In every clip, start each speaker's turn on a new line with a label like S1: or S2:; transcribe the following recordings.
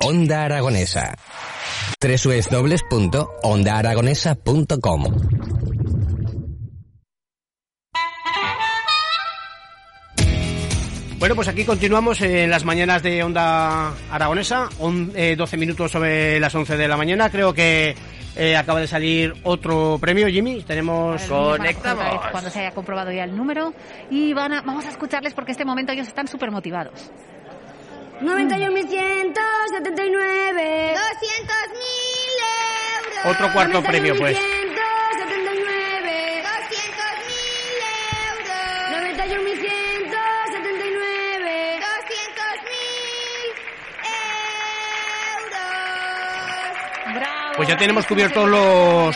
S1: Onda Aragonesa. www.ondaaragonesa.com
S2: Bueno, pues aquí continuamos en las mañanas de Onda Aragonesa, on- eh, 12 minutos sobre las 11 de la mañana. Creo que eh, acaba de salir otro premio, Jimmy. Tenemos...
S3: Pues
S4: Ahora el lunes
S3: Conectamos.
S4: vamos a cortar Cuando se haya comprobado ya el número. Y van a- vamos a escucharles porque en este momento ellos están súper motivados.
S5: 91.179. 200.000 euros.
S2: Otro cuarto premio, pues.
S5: 91.179. 200.000 euros. 91.179. 200.000
S4: ¡Bravo!
S2: Pues ya tenemos cubiertos los,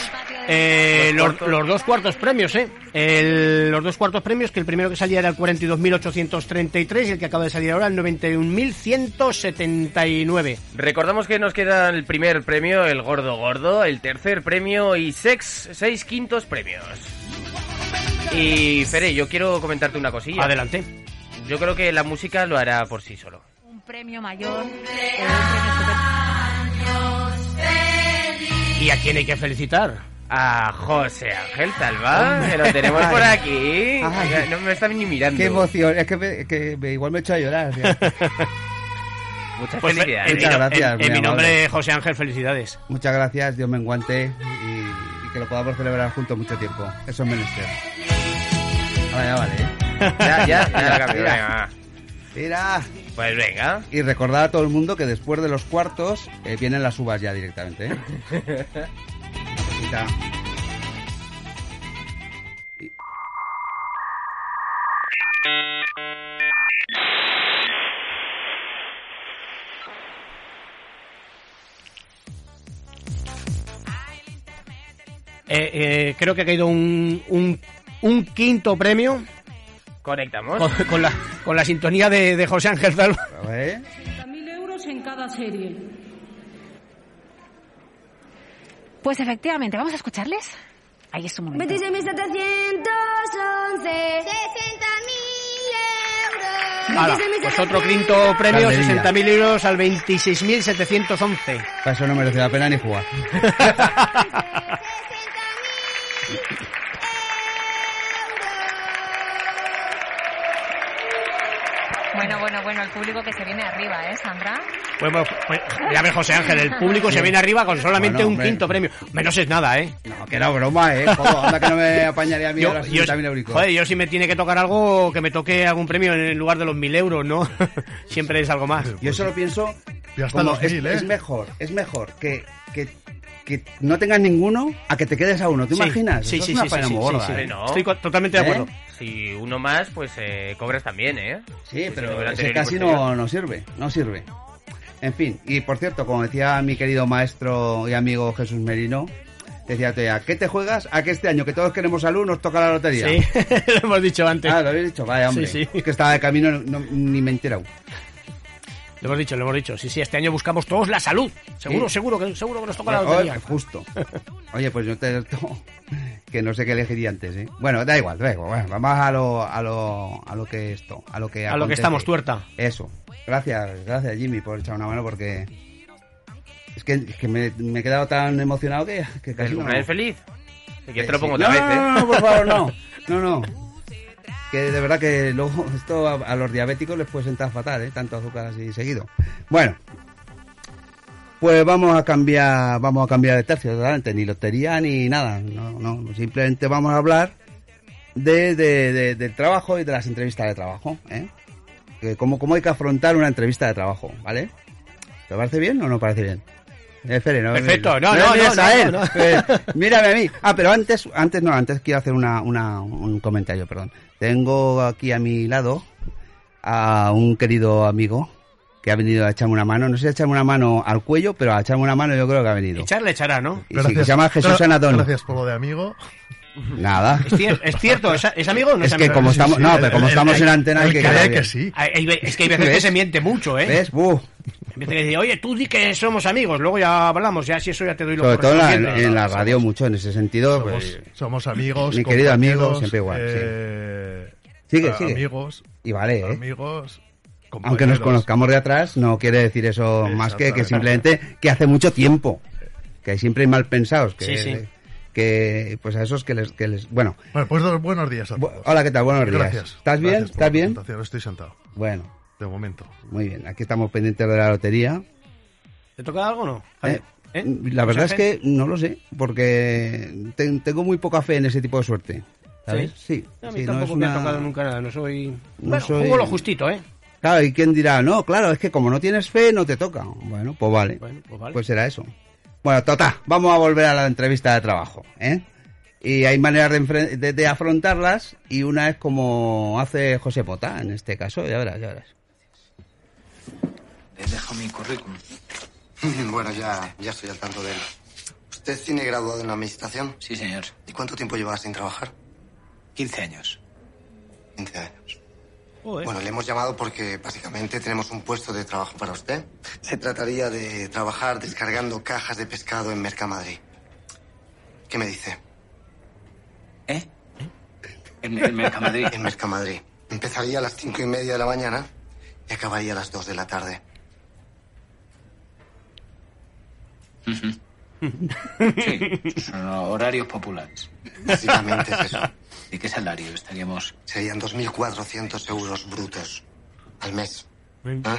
S2: eh,
S4: Los
S2: los, los dos cuartos premios, ¿eh? El- los dos cuartos premios, que el primero que salía era el 42.833 y el que acaba de salir ahora el 91.179.
S3: Recordamos que nos queda el primer premio, el gordo gordo, el tercer premio y sex, seis quintos premios. Y Fere, yo quiero comentarte una cosilla.
S2: Adelante.
S3: Yo creo que la música lo hará por sí solo.
S4: Un premio mayor. eh, un premio super-
S2: ¿Y a quién hay que felicitar?
S3: A José Ángel Talva, que lo tenemos por aquí.
S6: Ay.
S3: No me está ni mirando.
S6: Qué emoción, es que, me- que me- igual me he hecho a llorar. tío.
S3: Muchas
S2: Pues,
S3: felicidades.
S2: en mi no-
S6: Muchas gracias,
S2: en-
S6: muy
S2: en mi
S6: amable.
S2: nombre, José Ángel, felicidades.
S6: Muchas gracias, Dios me enguante y, y que lo podamos celebrar juntos mucho tiempo. Eso es menester. Ahora ya vale, ¿eh?
S3: Ya, ya, ya la cambio,
S6: Mira.
S3: venga,
S6: Mira.
S3: va. Pues venga.
S6: Y recordar a todo el mundo que después de los cuartos eh, vienen las uvas ya directamente. ¿eh? Quita.
S2: Eh, eh, creo que ha caído un, un, un quinto premio
S3: Conectamos.
S2: con, con la, con la sintonía de, de José Ángel Salva.
S6: A ver.
S7: mil euros en cada serie.
S4: Pues efectivamente, vamos a escucharles. Ahí es un momento.
S5: euros. 26.711. 60.000 euros.
S2: Hala, pues otro quinto premio,
S6: Calderilla.
S2: 60.000 euros al 26.711.
S6: Para eso no merece la pena ni jugar.
S8: Bueno, bueno, bueno, el público que se viene arriba, ¿eh, Sandra?
S2: Pues, pues, pues, ya ves, José Ángel, el público se viene arriba con solamente
S6: Bueno,
S2: un
S6: hombre.
S2: quinto premio. Menos es nada, ¿eh?
S6: No, que era broma, ¿eh? Joder, anda que no me apañaría a mí ahora 60.000 euricos.
S2: joder, yo si me tiene que tocar algo, que me toque algún premio en lugar de los 1.000 euros, ¿no? Siempre es algo más.
S6: Yo solo pienso
S9: Ya hasta
S6: como
S9: los
S6: es,
S9: mil, ¿eh?
S6: es mejor, es mejor que, que, que no tengas ninguno a que te quedes a uno. ¿Te
S2: Sí,
S6: imaginas?
S2: Sí,
S6: Eso
S2: sí,
S6: es una
S2: sí, sí,
S6: pena
S2: sí,
S6: muy
S2: sí,
S6: gorda,
S2: sí.
S6: ¿eh?
S3: ¿eh? No.
S2: Estoy co- totalmente de
S6: ¿Eh?
S2: acuerdo.
S3: Si uno más, pues eh, cobras también, ¿eh?
S6: Sí,
S3: Pues
S6: pero
S3: el
S6: ese
S3: anterior y
S6: casi
S3: posterior.
S6: no, no sirve, no sirve. En fin, y por cierto, como decía mi querido maestro y amigo Jesús Merino, decía, "Te- ¿a qué te juegas? A que este año que todos queremos salud nos toca la lotería.
S2: Sí, lo hemos dicho antes.
S6: Ah, lo habéis dicho, vaya hombre.
S2: Sí, sí.
S6: Es que estaba de camino, no- ni me he enterado.
S2: Lo hemos dicho, lo hemos dicho. Sí, sí, este año buscamos todos la salud. Seguro,
S6: Sí.
S2: seguro, que, seguro que nos toca la
S6: Oh,
S2: lotería.
S6: justo. Oye, pues yo te que no sé qué elegiría antes, ¿eh? Bueno, da igual, da igual. Bueno, vamos a lo, a lo, a lo que esto, a lo que
S2: A lo que
S6: acontece.
S2: estamos, tuerta.
S6: Eso. Gracias, gracias Jimmy por echar una mano porque es que, es que me, me he quedado tan emocionado que, que casi
S3: El
S6: no.
S3: cumpleaños feliz. Si quieres te lo
S6: Sí.
S3: pongo
S6: no,
S3: otra vez,
S6: no,
S3: ¿eh?
S6: no, no, por favor, no. No, no. Que de verdad que luego esto a, a los diabéticos les puede sentar fatal, ¿eh? Tanto azúcar así seguido. Bueno. Pues vamos a cambiar, vamos a cambiar de tercio totalmente, ni lotería ni nada, no, no, simplemente vamos a hablar de, de- de- del trabajo y de las entrevistas de trabajo, ¿eh? Que cómo, cómo hay que afrontar una entrevista de trabajo, ¿vale? ¿Te parece bien o no parece bien? Eh, Fere, no-
S2: Perfecto, no, no,
S6: le mires
S2: no,
S6: a
S2: no,
S6: él.
S2: no.
S6: Eh, mírame a mí. Ah, pero antes, antes no, antes quiero hacer una, una- un comentario, perdón. Tengo aquí a mi lado a un querido amigo que ha venido a echarme una mano. No sé si a echarme una mano al cuello, pero a echarme una mano yo creo que ha venido.
S2: Y Charle echará, ¿no?
S6: Y sí, que se llama Jesús
S9: Gra-
S6: Anadón.
S9: Gracias por lo de amigo.
S6: Nada.
S2: Es, cier- es cierto, ¿es, es amigo o no es,
S6: Es que
S2: amigo?
S6: como
S9: Sí,
S6: estamos-
S9: sí,
S6: no,
S9: el-
S6: pero como
S9: el-
S6: estamos
S9: el-
S6: en antena hay
S9: el
S6: que
S9: cree
S6: quedar bien.
S9: que sí.
S2: Hay- hay- Es que hay veces que
S6: ¿Ves?
S2: se miente mucho, ¿eh?
S6: ¿Ves? Buh.
S2: En vez de decir, oye, tú di que somos amigos, luego ya hablamos, ya si eso ya te doy lo
S6: Sobre todo en la,
S2: correspondiente.
S6: en la radio mucho en ese sentido.
S9: Somos,
S6: pues,
S9: somos amigos.
S6: Mi querido amigo,
S9: compañeros,
S6: siempre igual,
S9: eh,
S6: Sigue,
S9: a-
S6: sigue.
S9: Amigos,
S6: y vale, ¿eh?
S9: amigos.
S6: Aunque nos conozcamos de atrás, no quiere decir eso más que, que simplemente que hace mucho tiempo. Que siempre hay mal pensados. Que,
S2: Sí, sí.
S6: que, pues a esos que les. Que les bueno,
S9: Bueno, pues dos- buenos días a
S6: Bu-
S9: todos.
S6: hola, ¿qué tal? Buenos días.
S9: Gracias.
S6: ¿Estás bien?
S9: Gracias por
S6: ¿Estás
S9: la
S6: bien?
S9: presentación. Estoy sentado,
S6: bueno,
S9: de momento.
S6: muy bien. Aquí estamos pendientes de la lotería.
S2: ¿Te toca algo o no?
S6: Eh,
S2: Javier? ¿Eh?
S6: La verdad es
S2: ¿Mucha
S6: que no lo sé, porque ten- tengo muy poca fe en ese tipo de suerte. ¿Sabes? Sí.
S2: A mí
S6: sí, no
S2: tampoco
S6: es
S2: me ha
S6: una-
S2: tocado nunca nada, no soy...
S6: No
S2: bueno,
S6: soy-
S2: juego lo justito, ¿eh?
S6: Claro, y quién dirá, no, claro, es que como no tienes fe, no te toca. Bueno, pues vale.
S2: Bueno, pues vale.
S6: Pues será eso. Bueno, Tota, vamos a volver a la entrevista de trabajo, ¿eh? Y hay maneras de, enfren- de- de afrontarlas y una es como hace José Potá en este caso, ya verás, ya verás.
S10: Le dejo mi currículum. Bueno, ya, ya estoy al tanto de él. ¿Usted tiene graduado en administración? Sí, señor. ¿Y cuánto tiempo llevas sin trabajar? 15 años. 15 años.
S2: Joder.
S10: Bueno, le hemos llamado porque básicamente tenemos un puesto de trabajo para usted. Se trataría de trabajar descargando cajas de pescado en Mercamadrid. ¿Qué me dice?
S11: ¿Eh? En, en Mercamadrid.
S10: En Mercamadrid. Empezaría a las cinco y media de la mañana y acabaría a las dos de la tarde.
S11: Son horarios populares.
S10: Básicamente es eso.
S11: ¿De qué salario estaríamos?
S10: Serían 2.400 euros brutos al mes. ¿Ah?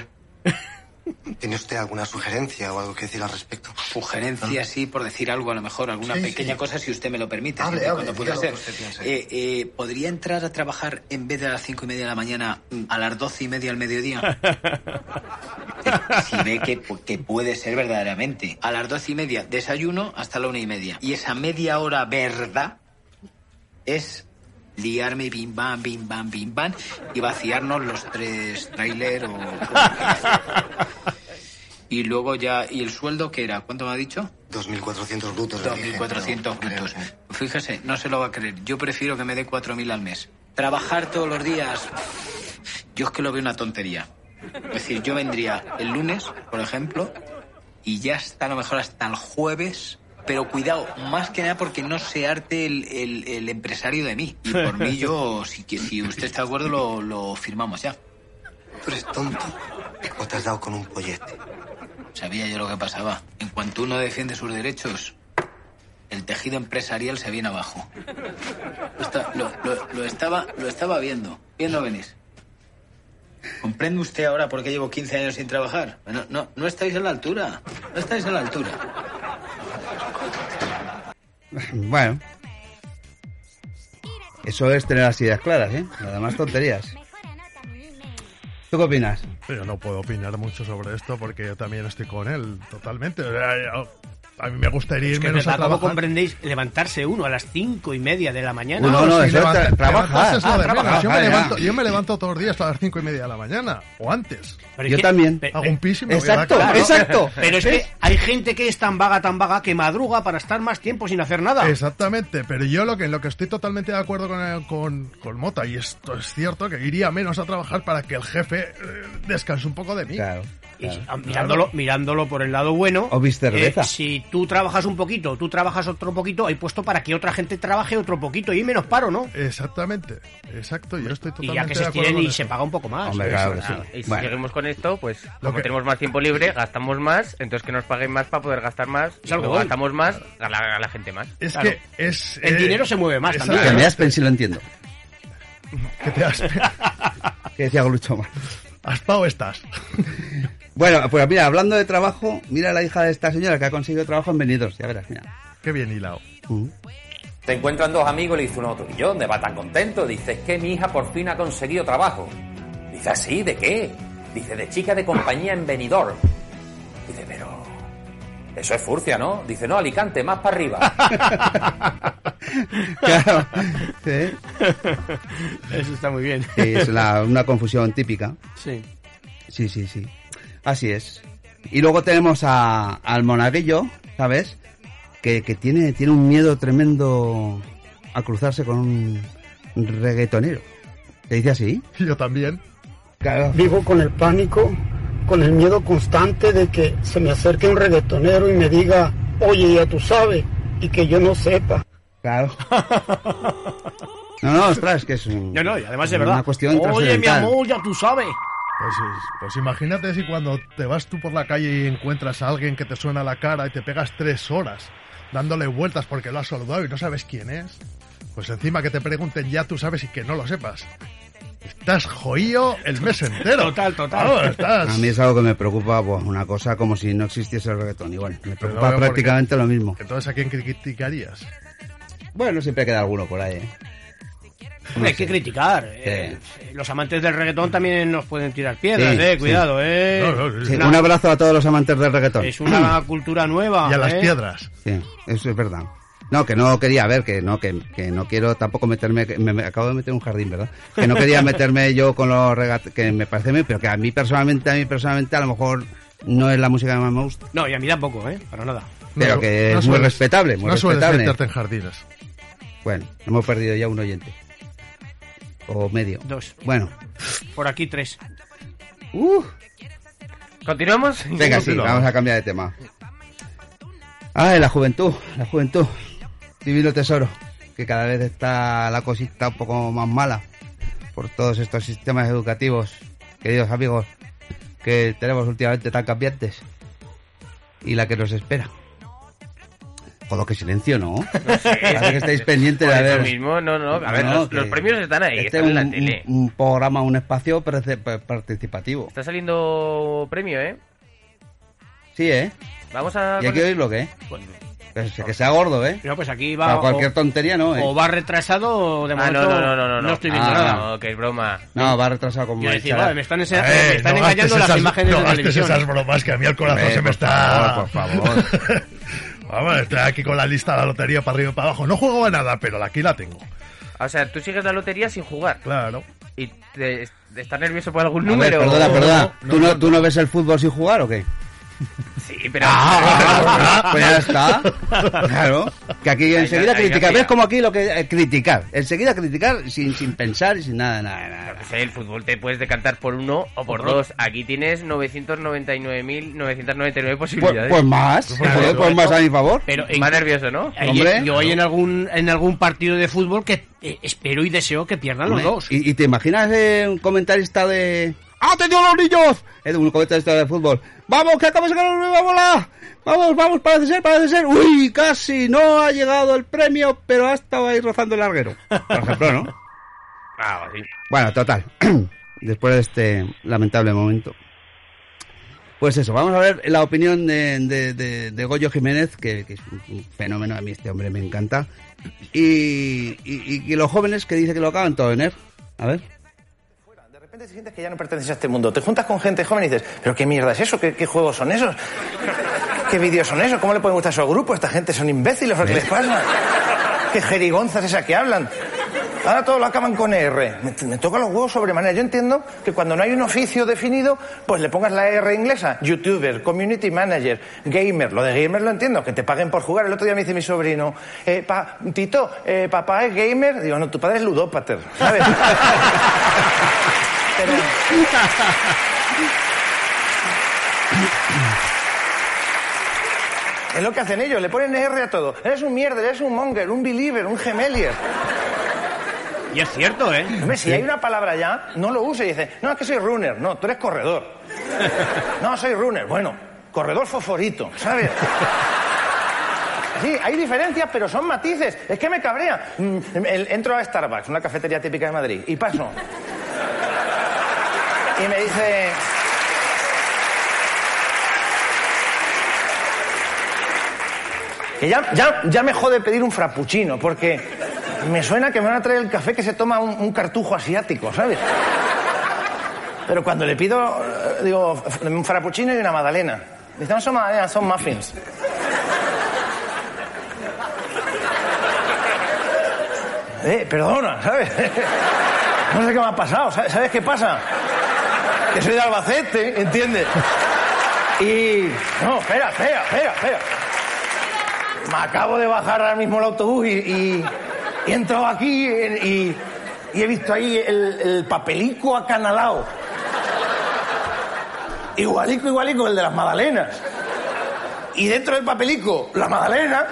S10: ¿Tiene usted alguna sugerencia o algo que decir al respecto?
S11: Sugerencia, sí, por decir algo, a lo mejor, alguna pequeña cosa, si usted me lo permite.
S10: Hable,
S11: siempre y
S10: hable,
S11: cuando pueda
S10: diga
S11: ser.
S10: lo que usted piense.
S11: Eh, eh, ¿Podría entrar a trabajar en vez de a las cinco y media de la mañana, mm, a las doce y media al mediodía? Eh, si ve que, pu- que puede ser verdaderamente. A las doce y media, desayuno hasta la una y media. Y esa media hora verdad es liarme bim bam, bim bam, bim bam y vaciarnos los tres trailer o... Y luego ya, ¿y el sueldo qué era? ¿Cuánto me ha dicho?
S10: 2.400 brutos. le dije,
S11: 2.400
S10: pero-
S11: brutos. Fíjese, no se lo va a creer. Yo prefiero que me dé 4.000 al mes. Trabajar todos los días. Yo es que lo veo una tontería. Es decir, yo vendría el lunes, por ejemplo, y ya está a lo mejor hasta el jueves. Pero cuidado, más que nada porque no se arte el, el- el empresario de mí. Y por mí yo, si, que- si usted está de acuerdo, lo, lo firmamos ya.
S10: Tú eres tonto. O te has dado con un pollete.
S11: Sabía yo lo que pasaba. En cuanto uno defiende sus derechos, el tejido empresarial se viene abajo. Lo, está- lo- lo- lo estaba, lo estaba viendo, viendo venir. ¿Comprende usted ahora por qué llevo 15 años sin trabajar? No, no, no estáis a la altura. No estáis a la altura.
S6: Bueno. Eso es tener las ideas claras, ¿eh? Nada más tonterías. ¿Tú qué opinas?
S9: Yo no puedo opinar mucho sobre esto porque yo también estoy con él, totalmente. O sea, yo- a mí me gustaría ir
S2: Es que
S9: menos a
S2: tampoco
S9: trabajar.
S2: comprendéis levantarse uno a las cinco y media de la mañana.
S6: Uno, No, no,
S9: Eh, si
S6: eso es tra-
S9: levanta-
S6: trabajar.
S9: levantarse es lo
S6: Ah,
S9: de menos.
S6: trabajar,
S9: yo, me
S6: ya.
S9: levanto, yo me levanto todos los días a las cinco y media de la mañana, o antes.
S2: Pero es
S6: Yo
S2: que-
S6: también.
S2: pe-
S9: Hago un pis y me
S6: Exacto,
S9: voy a la cama.
S6: exacto.
S2: Pero es que
S6: ¿Ves?
S2: hay gente que es tan vaga, tan vaga, que madruga para estar más tiempo sin hacer nada.
S9: Exactamente, pero yo lo que, en lo que estoy totalmente de acuerdo con, el- con, con Mota, y esto es cierto, que iría menos a trabajar para que el jefe eh, descanse un poco de mí.
S6: Claro.
S2: Y si-
S6: claro.
S2: ah, mirándolo, mirándolo por el lado bueno.
S6: O viceversa.
S2: eh, si tú trabajas un poquito, tú trabajas otro poquito, hay puesto para que otra gente trabaje otro poquito y menos paro, ¿no?
S9: Exactamente, exacto, yo estoy
S2: Y
S9: totalmente
S2: ya que
S9: de
S2: se
S9: acuerdo
S2: estiren
S9: con
S2: y
S9: eso.
S2: se paga un poco más.
S6: Hombre,
S2: Eso,
S6: claro que
S2: nada.
S3: Y
S6: sí.
S3: si
S6: Bueno,
S3: seguimos con esto, pues como
S9: que-
S3: tenemos más tiempo libre, gastamos más, entonces que nos paguen más para poder gastar más. Y
S2: Es algo
S3: luego
S2: voy.
S3: gastamos más, a la, a la gente más.
S9: Es
S2: Claro.
S9: que es...
S2: El
S9: eh,
S2: dinero se mueve más
S9: exacto.
S2: también.
S6: que me aspen si lo entiendo.
S9: que te has,
S6: Que decía Glucho Mar.
S9: has pagado estas.
S6: Bueno, pues mira, hablando de trabajo, mira la hija de esta señora que ha conseguido trabajo en Benidorm, ya verás, mira.
S9: Qué bien hilado.
S6: Mm.
S12: Te encuentran dos amigos y le dice uno a otro, ¿y yo dónde va tan contento? Dice, es que mi hija por fin ha conseguido trabajo. Dice, ¿así? ¿De qué? Dice, de chica de compañía en Benidorm. Dice, pero... Eso es Furcia, ¿no? Dice, no, Alicante, más para arriba.
S6: Claro. Sí.
S2: Eso está muy bien.
S6: Sí, es la- una confusión típica.
S2: Sí.
S6: Sí, sí, sí. Así es. Y luego tenemos a, al monaguillo, ¿sabes? Que, que tiene, tiene un miedo tremendo a cruzarse con un reggaetonero. ¿Te dice así?
S9: Y Yo también.
S6: Claro.
S12: Vivo con el pánico, con el miedo constante de que se me acerque un reggaetonero y me diga, oye, ya tú sabes, y que yo no sepa.
S6: Claro. No, no, ostras, que es un-
S2: No, no, y además es
S6: una
S2: verdad.
S6: cuestión
S2: Oye, mi
S6: trascendental.
S2: amor, ya tú sabes.
S9: Pues, es- pues imagínate si cuando te vas tú por la calle y encuentras a alguien que te suena la cara y te pegas tres horas dándole vueltas porque lo has saludado y no sabes quién es. Pues encima que te pregunten ya tú sabes y que no lo sepas. Estás joío el mes entero. Total, total. estás...
S6: A mí es algo que me preocupa, pues una cosa como si no existiese el reggaetón. Igual,
S9: Pero
S6: me
S9: no veo
S6: preocupa
S9: por qué.
S6: prácticamente lo mismo.
S9: Entonces, ¿a quién criticarías?
S6: Bueno, siempre queda alguno por ahí. ¿eh?
S2: Hay que criticar. eh, los amantes del reggaetón también nos pueden tirar piedras,
S6: Sí,
S2: eh.
S6: sí.
S2: Cuidado, eh.
S6: Sí, un abrazo a todos los amantes del reggaetón.
S2: Es una cultura nueva. ¿eh?
S6: Sí, eso es verdad. No, que no quería, a ver, que no, que, que no quiero tampoco meterme, que me, me acabo de meter en un jardín, ¿verdad? Que no quería meterme yo con los regates, que me parece bien, pero que a mí personalmente, a mí personalmente a lo mejor no es la música que más me gusta,
S2: No, y a mí tampoco, eh. Para nada.
S6: pero
S9: No,
S6: que
S9: no
S6: es muy
S9: sueles-
S6: respetable, muy
S9: no sueles
S6: respetable.
S9: meterte en jardines.
S6: Bueno, hemos perdido ya un oyente. O medio.
S2: Dos.
S6: Bueno,
S2: Por aquí tres.
S6: Uh.
S3: ¿Continuamos?
S6: venga, sí, vamos a cambiar de tema. Ah, la juventud, la juventud. Divino tesoro, que cada vez está la cosita un poco más mala por todos estos sistemas educativos, queridos amigos, que tenemos últimamente tan cambiantes. Y la que nos espera. Joder, qué silencio, ¿no? Parece que estáis pendientes de
S3: Por
S6: a
S3: eso
S6: ver.
S3: mismo, no, no, a ver,
S6: No,
S3: los,
S6: que
S3: los premios están ahí,
S6: este
S3: están en la
S6: un-
S3: tele.
S6: Un, un programa, un espacio parece- pa- participativo.
S3: Está saliendo premio, ¿eh?
S6: Sí, ¿eh?
S3: Vamos a...
S6: Y hay que oírlo, ¿qué?
S3: Bueno.
S6: Pues que sea gordo, ¿eh?
S2: No, pues aquí va.
S6: Para cualquier
S2: o-
S6: tontería, no, ¿eh?
S2: O va retrasado o de
S3: Ah,
S2: momento.
S3: no, no, no, no, no,
S2: estoy viendo
S6: Ah,
S2: nada.
S3: No, que es broma.
S6: No, va retrasado con
S2: Quiero
S6: más
S2: decir,
S6: chaval.
S2: vale, me están, ense- me están engañando las imágenes de televisión. ¿eh?
S9: bromas que a mí el corazón
S6: Hombre,
S9: se me
S6: por
S9: está.
S6: favor, por favor.
S9: Vamos, estoy aquí con la lista de la lotería para arriba y para abajo. No juego a nada, pero aquí la tengo.
S3: O sea, tú sigues la lotería sin jugar.
S9: Claro.
S3: Y te, te estás nervioso por algún
S6: A ver,
S3: número.
S6: perdona,
S3: o-
S6: perdona. ¿Tú, no, ¿Tú no ves el fútbol sin jugar o qué?
S3: Sí, pero...
S6: Ah, Pues ya está. Claro. Que aquí
S3: Ahí
S6: enseguida
S3: ya- ahí ya
S6: criticar.
S3: pilla.
S6: ¿Ves como aquí lo que eh, criticar? Enseguida criticar sin, sin pensar y sin nada, nada, nada.
S3: No sé, el fútbol te puedes decantar por uno o por dos. Aquí tienes 999.999
S6: Pues,
S3: posibilidades.
S6: pues más. joder, pues más a mi favor.
S2: Pero en-
S3: Más nervioso, ¿no?
S2: Eh,
S6: Hombre.
S2: yo hoy en algún en algún partido de fútbol que eh, espero y deseo que pierdan los dos.
S6: ¿Y, y te imaginas eh, un comentarista de... ¡Atención los niños! Es un comentarista de fútbol. ¡Vamos, que acabas de ganar una bola! ¡Vamos, vamos! Parece ser, parece ser. ¡Uy, casi! No ha llegado el premio, pero ha estado ahí rozando el larguero. Por ejemplo, ¿no?
S3: Ah, sí.
S6: Bueno, total. Después de este lamentable momento. Pues eso, vamos a ver la opinión de, de- de- de Goyo Jiménez, que, que es un, un fenómeno, a mí este hombre me encanta. Y, y- y los jóvenes que dice que lo acaban todo en él. A ver.
S13: De repente te sientes que ya no perteneces a este mundo. Te juntas con gente joven y dices, ¿pero qué mierda es eso? ¿Qué, qué juegos son esos? ¿Qué vídeos son esos? ¿Cómo le pueden gustar eso al grupo? Esta gente son imbéciles, ¿o ¿qué les pasa? ¿Qué jerigonzas esa que hablan? Ahora todo lo acaban con R. Me, me toca los huevos sobremanera. Yo entiendo que cuando no hay un oficio definido, pues le pongas la R inglesa. Youtuber, community manager, gamer. Lo de gamer lo entiendo, que te paguen por jugar. El otro día me dice mi sobrino, eh, pa- Tito, eh, papá es gamer. Digo, no, tu padre es ludópater, ¿sabes? Pero- Es lo que hacen ellos, le ponen R a todo. Eres un mierda, eres un monger, un believer, un gemelier.
S2: Y es cierto, ¿eh?
S13: Hombre, si hay una palabra ya, no lo use y dice, no, es que soy runner. No, tú eres corredor. No, soy runner. Bueno, corredor fosforito, ¿sabes? Sí, hay diferencias, pero son matices. Es que me cabrea. Mm, el- Entro a Starbucks, una cafetería típica de Madrid, y paso. Y me dice... Que ya, ya, ya me jode pedir un frappuccino, porque me suena que me van a traer el café que se toma un, un cartujo asiático, ¿sabes? Pero cuando le pido, eh, digo, f- un frappuccino y una magdalena. Dice, no son magdalenas, son muffins. Eh, perdona, ¿sabes? No sé qué me ha pasado, ¿sabes, ¿sabes qué pasa? Que soy de Albacete, ¿entiendes? Y... No, espera, espera, espera, espera. Me acabo de bajar ahora mismo el autobús y, y- y he entrado aquí en- y, y he visto ahí el, el papelico acanalado. Igualico, igualico, el de las magdalenas. Y dentro del papelico, la magdalena.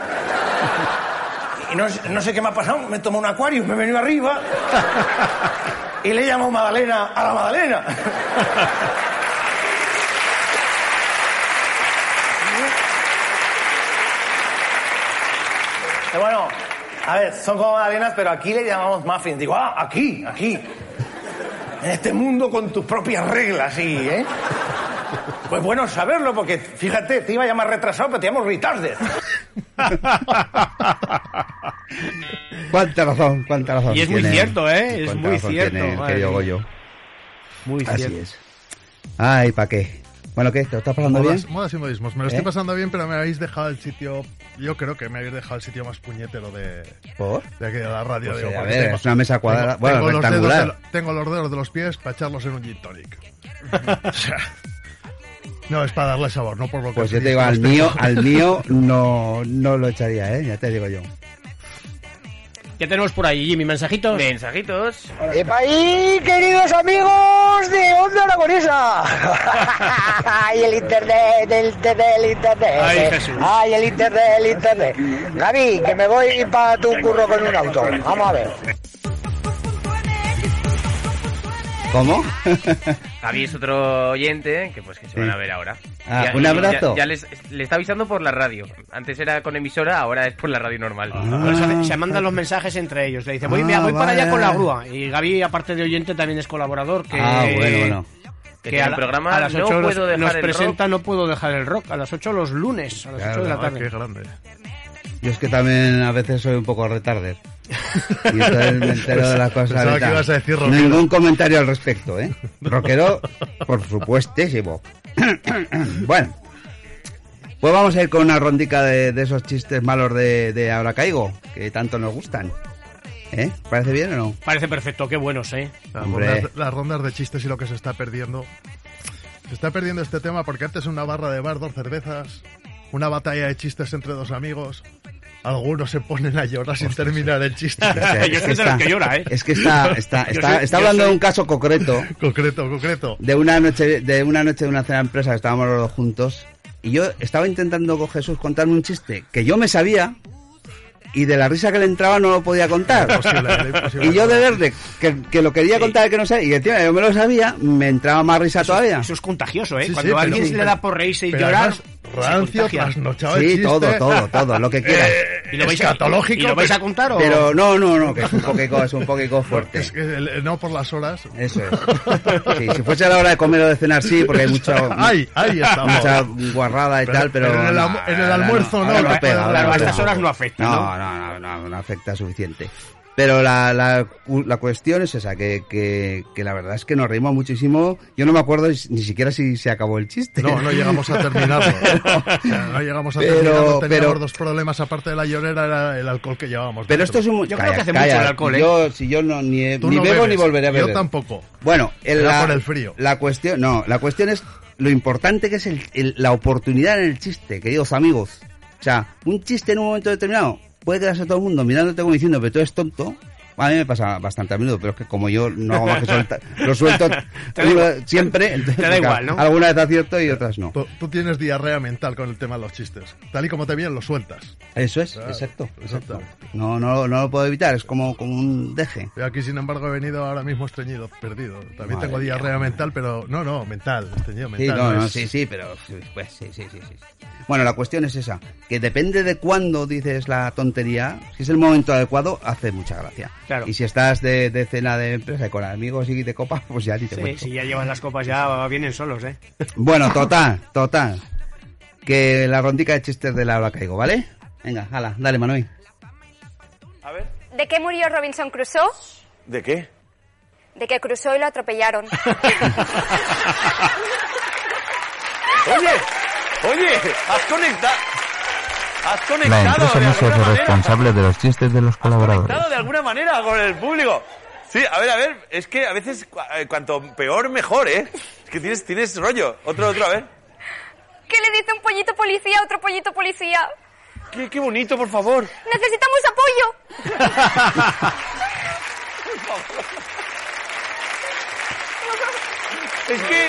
S13: Y no, sé- no sé qué me ha pasado, me tomo un acuario, me he venido arriba. y le he llamado Madalena a la Madalena. Eh, bueno, a ver, son como magdalenas, pero aquí le llamamos muffins. Digo, ah, aquí, aquí. En este mundo con tus propias reglas, sí, ¿eh? Pues bueno saberlo, porque fíjate, te iba a llamar retrasado, pero te llamo retarded.
S6: Cuánta razón, cuánta razón.
S2: Y es muy
S6: tiene-
S2: cierto, ¿eh? Es
S6: cuánta
S2: muy
S6: razón
S2: cierto,
S6: tiene el
S2: madre
S6: querido
S2: mía.
S6: Goyo.
S2: Muy
S6: Así
S2: cierto.
S6: es. Ay, ¿para qué? Bueno, ¿qué? ¿Te lo estás pasando bien?
S9: Modas, modas y modismos. Me lo
S6: ¿Eh?
S9: estoy pasando bien, pero me habéis dejado el sitio. Yo creo que me habéis dejado el sitio más puñetero de,
S6: ¿Por?
S9: de aquí de la radio.
S6: Pues,
S9: digo,
S6: eh, a
S9: porque
S6: ver, es una mesa cuadrada- bueno,
S9: los dedos
S6: rectangular.
S9: de lo- tengo los dedos de los pies para echarlos en un gin tonic. o sea, no, es para darle sabor, no por lo que
S6: Pues yo
S9: sí,
S6: te digo,
S9: los
S6: al
S9: tengo.
S6: mío, al mío no, no lo echaría, ¿eh? Ya te digo yo.
S2: ¿Qué tenemos por ahí, Jimmy? ¿Mensajitos?
S3: Mensajitos.
S14: ¡Epa ahí, queridos amigos de Onda Aragonesa! ¡Ay, el internet, el internet, el internet!
S15: Ay, Jesús.
S14: ¡Ay, el internet, el internet! Gaby, que me voy para tu curro con un auto. Vamos a ver.
S6: ¿Cómo?
S3: Javi es otro oyente que pues que se van a ver ahora.
S6: Ah, un abrazo.
S3: Ya, ya les, le está avisando por la radio. Antes era con emisora, ahora es por la radio normal.
S6: Ah,
S2: Pues se- se mandan los mensajes entre ellos. Le dice, voy,
S3: Ah,
S2: mira, voy para
S3: vale,
S2: allá con la
S3: vale.
S2: grúa. Y Gaby, aparte de oyente, también es colaborador. Que,
S6: Ah, bueno, bueno.
S3: Que tiene
S2: a
S3: un
S2: la-
S3: programa,
S2: a las
S3: No
S2: 8 nos-
S3: Puedo Dejar
S2: nos
S3: el
S2: presenta No Puedo Dejar el Rock. A las 8 los lunes, a las 8 de la tarde.
S6: Yo es que también a veces soy un poco retarder. Y entonces me entero de las cosas.
S9: Pensaba
S6: y
S9: que
S6: tal.
S9: ibas a decir rockero.
S6: Ningún comentario al respecto, ¿eh? Rockero, por supuestísimo. bueno. Pues vamos a ir con una rondica de, de esos chistes malos de, de Ahora Caigo, que tanto nos gustan. ¿Eh? ¿Parece bien o no?
S2: Parece perfecto, qué buenos, ¿eh?
S9: Las
S6: Hombre.
S9: rondas, las rondas de chistes y lo que se está perdiendo. Se está perdiendo este tema porque antes una barra de bar, dos cervezas, una batalla de chistes entre dos amigos. Algunos se ponen a llorar sin terminar el chiste.
S6: Es está- Es que está, está,
S9: ¿eh? Yo
S6: está,
S9: soy-
S6: está
S9: yo
S6: hablando de
S9: soy-
S6: un caso concreto.
S9: Concreto, concreto.
S6: de una noche de una noche de una cena de empresa que estábamos los dos juntos y yo estaba intentando con Jesús contarme un chiste que yo me sabía y de la risa que le entraba no lo podía contar.
S9: Imposible, era imposible.
S6: y yo de verde que, que lo quería contar que no sé y encima yo me lo sabía, me entraba más risa todavía.
S2: Eso es contagioso, ¿eh?
S6: Sí, sí,
S2: Cuando a
S6: pero-
S2: alguien se le da por reírse y
S6: pero
S2: llorar...
S6: además,
S2: se
S9: rancio,
S2: contagia.
S9: trasnochado
S6: Sí, todo, todo, todo, lo que quieras.
S2: ¿Y lo vais a-
S9: Eh, escatológico,
S2: y lo vais a
S9: pero-
S2: contar o...?
S6: Pero no, no, no, que es un poquito, es un poquito fuerte.
S9: Es que el- eh, no por las horas.
S6: Eso es. Sí, si fuese a la hora de comer o de cenar, sí, porque hay mucho,
S9: Ahí, ahí estamos.
S6: mucha guarrada y tal, pero...
S9: pero en el alm- en el almuerzo no,
S6: ahora
S9: claro,
S6: pega, ahora
S9: claro, a estas
S6: pega.
S9: horas no afecta,
S6: No,
S9: ¿no?
S6: no, no, no, no afecta suficiente. Pero la, la, la cuestión es esa, que, que, que la verdad es que nos reímos muchísimo. Yo no me acuerdo ni siquiera si se acabó el chiste.
S9: No, no llegamos a terminarlo. O sea, no llegamos a
S6: Pero-
S9: terminarlo. Teníamos
S6: pero-
S9: dos problemas, aparte de la llorera, era el alcohol que llevábamos.
S6: Pero esto
S9: dentro.
S6: es un... calla, calla, Yo, si yo no, ni,
S9: Tú
S6: ni
S9: no
S6: bebo ni
S9: bebes,
S6: volveré a beber.
S9: Yo tampoco.
S6: Bueno, el,
S9: Era
S6: la,
S9: por el frío.
S6: La cuestión, no, la cuestión es lo importante que es el- el- la oportunidad en el chiste, queridos amigos. O sea, un chiste en un momento determinado puede quedarse todo el mundo mirándote como diciendo, pero tú eres tonto. A mí me pasa bastante a menudo, pero es que como yo no hago más que soltar, lo suelto
S9: Te da igual.
S6: siempre, entonces,
S9: Te da igual, ¿no?
S6: algunas veces acierto y otras no.
S9: Tú, tú tienes diarrea mental con el tema de los chistes. Tal y como te vienen, los sueltas.
S6: Eso es,
S9: Claro,
S6: exacto, exacto.
S9: exacto.
S6: No, no, no lo puedo evitar, es como, como un deje.
S9: Yo aquí, sin embargo, he venido ahora mismo estreñido, perdido. También
S6: Madre
S9: tengo diarrea mental, pero no, no, mental, estreñido
S6: Sí,
S9: mental.
S6: no, no,
S9: es-
S6: sí, sí, pero pues, sí, sí, sí, sí. Bueno, la cuestión es esa, que depende de cuándo dices la tontería, si es el momento adecuado, hace mucha gracia.
S2: Claro.
S6: Y si estás de, de cena de empresa y con amigos y de copa, pues ya ni te
S2: Sí,
S6: cuento.
S2: si ya llevan las copas, ya vienen solos, ¿eh?
S6: Bueno, total, total. Que la rondica de chistes de la hora caigo, ¿vale? Venga, hala, dale, Manuel.
S16: ¿De qué murió Robinson Crusoe?
S13: ¿De qué?
S16: De que Crusoe lo atropellaron.
S13: Oye, oye, has conectado. Has
S17: La empresa no se hace responsable de los chistes de los colaboradores.
S13: conectado de alguna manera con el público. Sí, a ver, a ver, es que a veces cu- eh, cuanto peor mejor, ¿eh? Es que tienes, tienes rollo. Otro, otro, a ver.
S16: ¿Qué le dice un pollito policía a otro pollito policía?
S13: Qué, qué bonito, por favor.
S16: ¡Necesitamos apoyo!
S13: Es que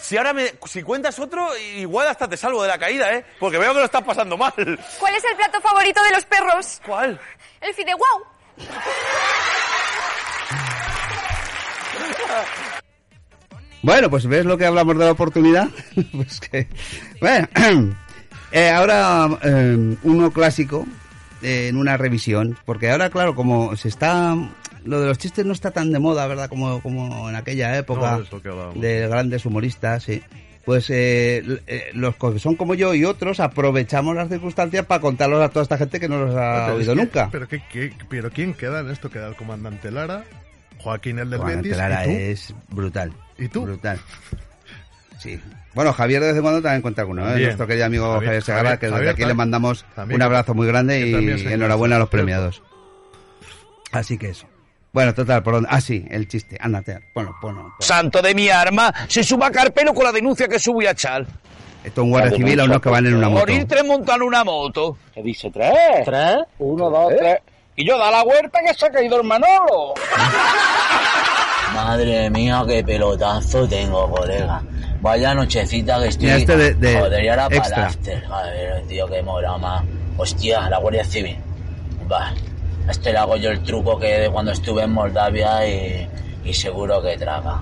S13: si ahora me, si cuentas otro, igual hasta te salvo de la caída, ¿eh? Porque veo que lo estás pasando mal.
S16: ¿Cuál es el plato favorito de los perros?
S13: ¿Cuál?
S16: El fideuau.
S6: Bueno, pues ves lo que hablamos de la oportunidad. pues que, bueno, eh, ahora eh, uno clásico eh, en una revisión, porque ahora claro, como se está lo de los chistes no está tan de moda, ¿verdad? Como como en aquella época
S9: No, es lo que hablábamos.
S6: de grandes humoristas, sí. Pues eh, l- eh, los que son como yo y otros aprovechamos las circunstancias para contarlos a toda esta gente que no los ha
S9: Pero es
S6: oído
S9: que-
S6: nunca.
S9: Pero, qué- qué- pero ¿quién queda en esto? Queda el comandante Lara, Joaquín el del
S6: Juan
S9: Betis
S6: Lara
S9: y tú.
S6: es brutal.
S9: ¿Y tú?
S6: Brutal. Sí. Bueno, Javier de vez en cuando también cuenta alguno, ¿eh?
S9: Bien.
S6: nuestro querido amigo Javier,
S9: Javier-
S6: Segarra,
S9: Javier-
S6: que desde
S9: Javier
S6: aquí le
S9: también-
S6: mandamos
S9: también-
S6: un abrazo muy grande
S9: que también se
S6: y enhorabuena a los premiados. Así que eso. Bueno, total, por donde... Ah, sí, el chiste. Ándate, ponlo, ponlo.
S15: Pues. Santo de mi arma, se suba a Carpelo con la denuncia que subí a Chal.
S6: Esto es un guardia civil a unos que van en una moto.
S15: Morir tres montando una moto. ¿Qué dice? ¿Tres? ¿Tres? Uno, dos, tres. Y yo, da la vuelta que se ha caído el Manolo.
S18: Madre mía, qué pelotazo tengo, colega. Vaya nochecita que estoy.
S6: Mira, este de- de
S18: Joder, y ahora para
S6: extra.
S18: el after. Joder, tío, qué morama. Hostia, la Guardia Civil. Va. a Este le hago yo el truco que de cuando estuve en Moldavia y, y seguro que traga.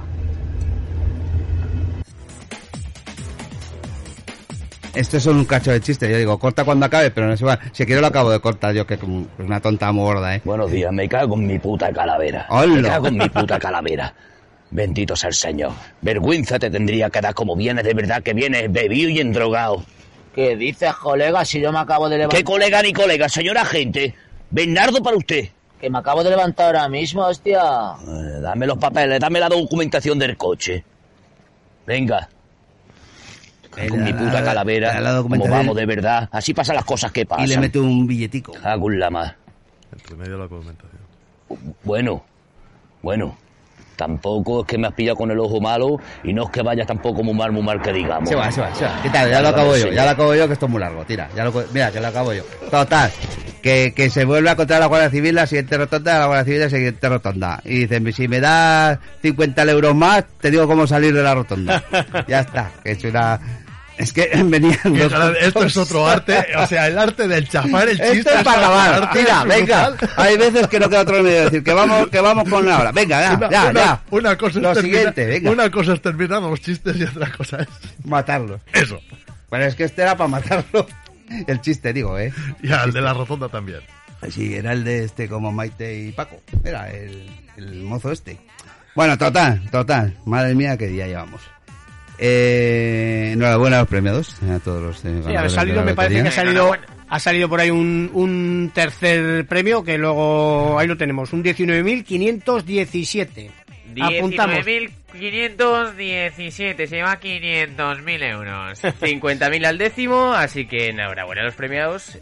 S6: Esto es un cacho de chiste. Yo digo, corta cuando acabe, pero no se va. Si quiero lo acabo de cortar yo, que es un- es una tonta morda, ¿eh?
S18: Buenos días, me cago en mi puta calavera.
S6: ¡Hola!
S18: Me cago en mi puta calavera. Bendito sea el Señor. Vergüenza te tendría que dar como vienes, de verdad que vienes bebido y endrogado. ¿Qué dices, colega, si yo me acabo de levantar? ¿Qué colega ni colega, señora gente? Bernardo para usted. Que me acabo de levantar ahora mismo, hostia. Eh, dame los papeles, dame la documentación del coche. Venga.
S6: Eh,
S18: Con mi puta calavera, como
S6: documentación.
S18: vamos de verdad. Así pasan las cosas que pasan.
S6: Y le meto un billetico.
S18: Cago en la mar.
S9: Entre medio de la comentación.
S18: Bueno, bueno. Tampoco es que me has pillado con el ojo malo y no es que vayas tampoco muy mal, muy mal que digamos.
S6: Se va, se va, se va. ¿Qué tal? Ya lo acabo yo, ya lo acabo yo, que esto es muy largo. Tira, ya lo, co- mira, que lo acabo yo. Total, que, que se vuelve a contar la Guardia Civil, la siguiente rotonda, la Guardia Civil, la siguiente rotonda. Y dicen, si me das 50 euros más, te digo cómo salir de la rotonda. ya está, que es una... Es que venían...
S9: Que
S6: dos
S9: ahora esto es otro arte, o sea, el arte del chafar el chiste.
S6: Esto es para
S9: otro
S6: acabar.
S9: arte
S6: Mira,
S9: brutal.
S6: venga. Hay veces que no queda otro medio de decir que vamos, que vamos con la hora. Venga, ya,
S9: Una-
S6: ya,
S9: una-
S6: ya.
S9: Una cosa,
S6: Lo
S9: es terminar-
S6: siguiente, venga.
S9: una cosa es terminar los chistes y otra cosa es
S6: matarlos.
S9: Eso.
S6: Bueno, es que este era para matarlo. El chiste, digo, ¿eh?
S9: Y al de la rotonda también.
S6: Sí, era el de este como Maite y Paco. Era el, el mozo este. Bueno, total, total. Madre mía, qué día llevamos. Eh, enhorabuena a los premiados, a todos los. eh,
S2: Sí, ha
S6: ganadores de
S2: salido,
S6: la
S2: me parece que ha
S6: lotería.
S2: salido, ha salido por ahí un, un tercer premio que luego ahí lo tenemos, un 19.517. Apuntamos.
S3: 19.517, se lleva 500.000 euros. 50.000 al décimo, así que enhorabuena a los premiados.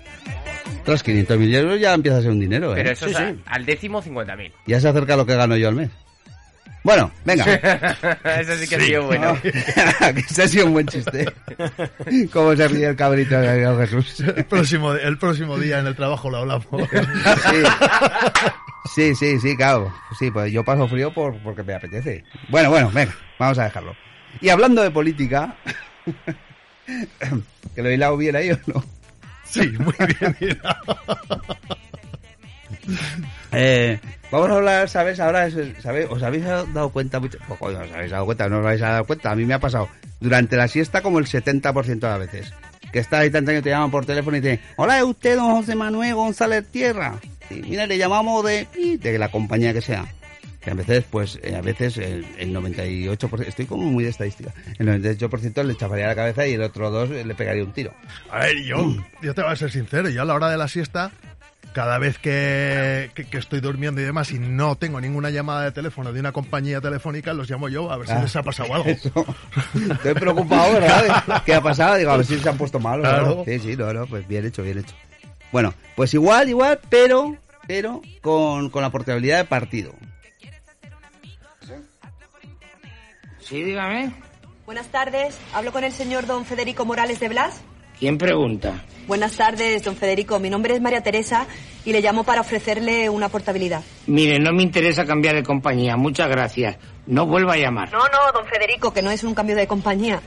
S6: Tras 500.000 euros ya empieza a ser un dinero, ¿eh?
S3: Pero eso es a- al décimo 50.000.
S6: Ya se acerca lo que gano yo al mes. Bueno, venga.
S3: eso sí que ha sido bueno.
S6: que ese ha sido un buen chiste. ¿Cómo se ríe el cabrito de Jesús?
S9: El próximo, el próximo día en el trabajo lo hablamos.
S6: Sí, sí, sí, claro. Sí, pues yo paso frío por, porque me apetece. Bueno, bueno, venga, vamos a dejarlo. Y hablando de política, que lo he hilado bien ahí o no.
S9: Sí, muy bien
S6: Eh, vamos a hablar, ¿sabes? Ahora, es- ¿sabes? ¿Os habéis dado cuenta? Mucho? Oh, coño, ¿Os habéis dado cuenta? ¿No os habéis dado cuenta? A mí me ha pasado durante la siesta como el 70% de las veces. Que estás ahí tanto años, te llaman por teléfono y te dicen, hola, ¿es usted don José Manuel González Tierra? Y mira, le llamamos de... pi, de la compañía que sea. Que a veces, pues, eh, a veces el, el 98%, estoy como muy de estadística, el 98% le chafaría la cabeza y el otro 2% le pegaría un tiro.
S9: A ver, yo, yo te voy a ser sincero, yo a la hora de la siesta, cada vez que, que- que estoy durmiendo y demás y no tengo ninguna llamada de teléfono de una compañía telefónica, los llamo yo a
S2: Pues
S9: ver si
S6: Ah,
S9: les ha pasado algo.
S6: Estoy preocupado, ¿verdad? ¿Qué ha pasado? Digo, a ver si se han puesto malos.
S9: Claro.
S6: ¿no? Sí, sí, no, no, pues bien hecho, bien hecho. Bueno, pues igual, igual, pero, pero con, con la portabilidad de partido.
S19: Sí, dígame.
S20: Buenas tardes, hablo con el señor don Federico Morales de Blas.
S19: ¿Quién pregunta?
S20: Buenas tardes, don Federico. Mi nombre es María Teresa y le llamo para ofrecerle una portabilidad.
S19: Mire, no me interesa cambiar de compañía. Muchas gracias. No vuelva a llamar.
S20: No, no, don Federico, que no es un cambio de compañía.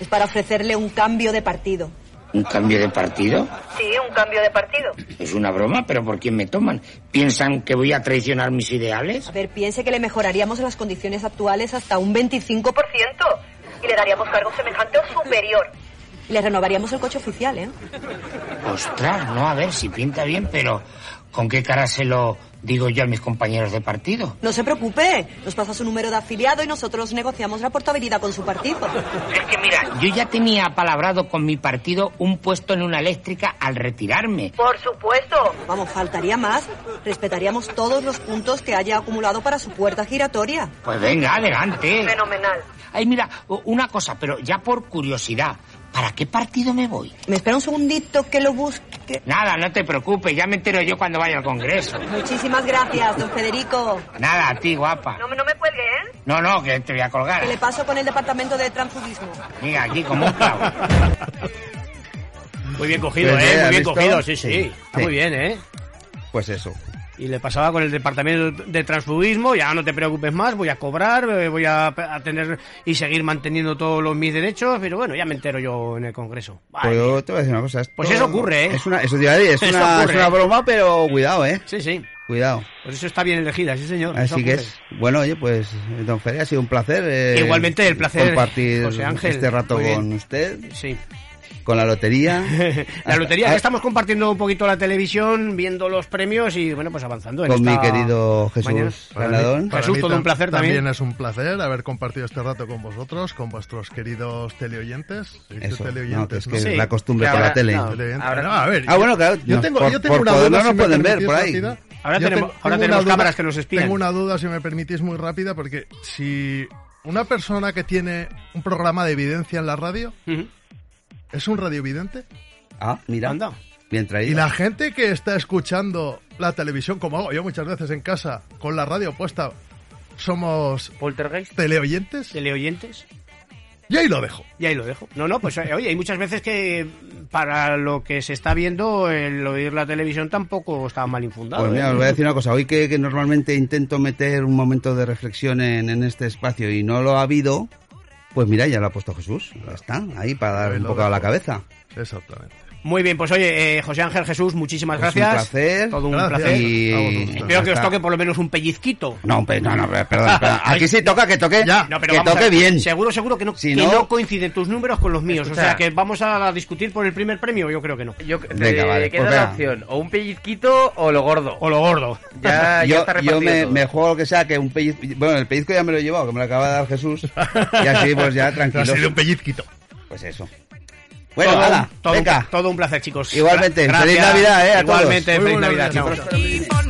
S20: Es para ofrecerle un cambio de partido.
S19: ¿Un cambio de partido?
S20: Sí, un cambio de partido.
S19: Es una broma, pero ¿por quién me toman? ¿Piensan que voy a traicionar mis ideales?
S20: A ver, piense que le mejoraríamos las condiciones actuales hasta un 25% y le daríamos cargo semejante o superior. Y le renovaríamos el coche oficial, ¿eh?
S19: Ostras, no, a ver si pinta bien, pero ¿con qué cara se lo digo yo a mis compañeros de partido?
S20: No se preocupe, nos pasa su número de afiliado y nosotros negociamos la portabilidad con su partido.
S19: Yo ya tenía apalabrado con mi partido un puesto en una eléctrica al retirarme.
S20: Por supuesto. Vamos, faltaría más. Respetaríamos todos los puntos que haya acumulado para su puerta giratoria.
S19: Pues venga, adelante.
S20: Fenomenal.
S19: Ay, mira, u- una cosa, pero ya por curiosidad, ¿para qué partido me voy?
S20: Me espera un segundito que lo busque.
S19: Nada, no te preocupes, ya me entero yo cuando vaya al Congreso.
S20: Muchísimas gracias, don Federico.
S19: Nada, a ti, guapa.
S20: No, no me cuelgue, ¿eh?
S19: No, no, que te voy a colgar.
S20: Que le paso con el departamento de transfugismo.
S19: Mira, aquí como un clavo.
S2: Muy bien cogido,
S6: Pues,
S2: ¿eh?
S6: ¿eh?
S2: Muy
S6: ¿has
S2: bien
S6: visto?
S2: cogido, sí,
S6: Sí.
S2: sí. Está
S6: Sí.
S2: muy bien, ¿eh?
S6: Pues eso.
S2: Y le pasaba con el departamento de transfugismo, ya no te preocupes más, voy a cobrar, eh, voy a a tener y seguir manteniendo todos los, mis derechos, pero bueno, ya me entero yo en el Congreso.
S6: Pues yo te voy a decir una cosa. esto-
S2: Pues eso ocurre, ¿eh?
S6: Es una, eso te iba a decir, es,
S2: Eso
S6: una, es
S2: ocurre. ¿eh?
S6: una broma, pero cuidado, ¿eh?
S2: Sí, sí.
S6: Cuidado.
S2: Pues eso está bien elegida, sí señor. eso
S6: Así que
S2: ocurre.
S6: es. Bueno, oye, pues, eh, don Fede, ha sido un placer. eh,
S2: Igualmente, el placer,
S6: Compartir
S2: José Ángel.
S6: este rato
S2: Muy bien.
S6: con usted,
S2: Sí.
S6: con la lotería.
S2: La lotería,
S6: Ah,
S2: que estamos compartiendo un poquito la televisión, viendo los premios y bueno, pues avanzando. en
S6: Con mi
S2: esta
S6: querido Jesús
S2: mañana.
S9: Para mí-
S6: Ganadón.
S9: para
S2: Jesús,
S9: mí
S2: todo un
S9: tam-
S2: placer también.
S9: es un placer haber compartido este rato con vosotros, con vuestros queridos teleoyentes. ¿Se dice
S6: Eso,
S9: teleoyentes,
S6: no, que es
S9: no?
S6: que es la costumbre por la tele.
S9: Teleoyentes.
S6: Ahora-
S9: No, a ver,
S6: Ah,
S9: yo-
S6: bueno, claro,
S9: Yo
S6: no,
S9: tengo,
S6: por-
S9: yo tengo
S6: por
S9: una
S6: poder
S9: duda.
S6: no
S9: si
S6: nos
S9: me
S6: pueden ver
S9: permitís
S6: por ahí.
S9: rápida.
S2: Ahora
S9: Yo
S2: tenemos-
S9: ten-
S2: ahora
S9: tengo una
S2: tenemos
S9: duda-
S2: cámaras que nos espían.
S9: Tengo una duda, si me permitís, muy rápida, porque si una persona que tiene un programa de evidencia en la radio, ¿es un radiovidente?
S6: Ah, mira.
S9: Anda.
S6: Bien traído.
S9: Y la gente que está escuchando la televisión, como hago yo muchas veces en casa, con la radio puesta, somos...
S2: ¿Poltergeist?
S9: ¿Teleoyentes?
S2: ¿Teleoyentes?
S9: Y ahí lo dejo.
S2: Y ahí lo dejo. No, no, pues eh, oye, hay muchas veces que para lo que se está viendo, el oír la televisión tampoco está mal infundado.
S6: Pues mira,
S2: ¿eh?
S6: os voy a decir una cosa. Hoy que, que normalmente intento meter un momento de reflexión en, en este espacio y no lo ha habido, pues mira, ya lo ha puesto Jesús. Ya está, ahí para dar un poco a la cabeza.
S9: Exactamente.
S2: Muy bien, pues oye, eh, José Ángel Jesús, muchísimas
S6: Pues un
S2: gracias.
S6: placer.
S2: Todo un
S6: Gracias.
S2: placer.
S6: Y-
S2: Espero que os
S6: Hasta-
S2: toque por lo menos un pellizquito.
S6: No, pues, no, no, perdón. perdón. Aquí sí toca que toque,
S2: No, pero
S6: que
S2: vamos a ver,
S6: toque bien.
S2: Seguro, seguro que no,
S6: Si
S2: que
S6: no-
S2: no coinciden tus números con los míos.
S3: Escucha.
S2: O sea, que vamos a discutir por el primer premio, yo creo que no.
S3: Yo, te
S6: Venga, vale,
S3: queda
S6: pues
S3: la
S6: venga.
S3: opción, o un pellizquito o lo gordo.
S2: O lo gordo.
S3: Ya,
S6: yo,
S3: ya está repartido
S6: yo me,
S3: todo.
S6: me juego lo que sea, que un pellizco. Bueno, el pellizco ya me lo he llevado, que me lo acaba de dar Jesús. Y así, pues ya tranquilo.
S9: Ha sido un pellizquito.
S6: Pues eso. Bueno,
S2: todo,
S6: hala,
S2: todo,
S6: venga.
S2: Un, todo un placer, chicos.
S6: Igualmente,
S2: Gra-
S6: feliz Navidad, eh, a todos.
S2: Igualmente,
S6: Muy
S2: feliz
S6: buena
S2: Navidad,
S6: Navidad,
S2: chicos.
S6: chicos.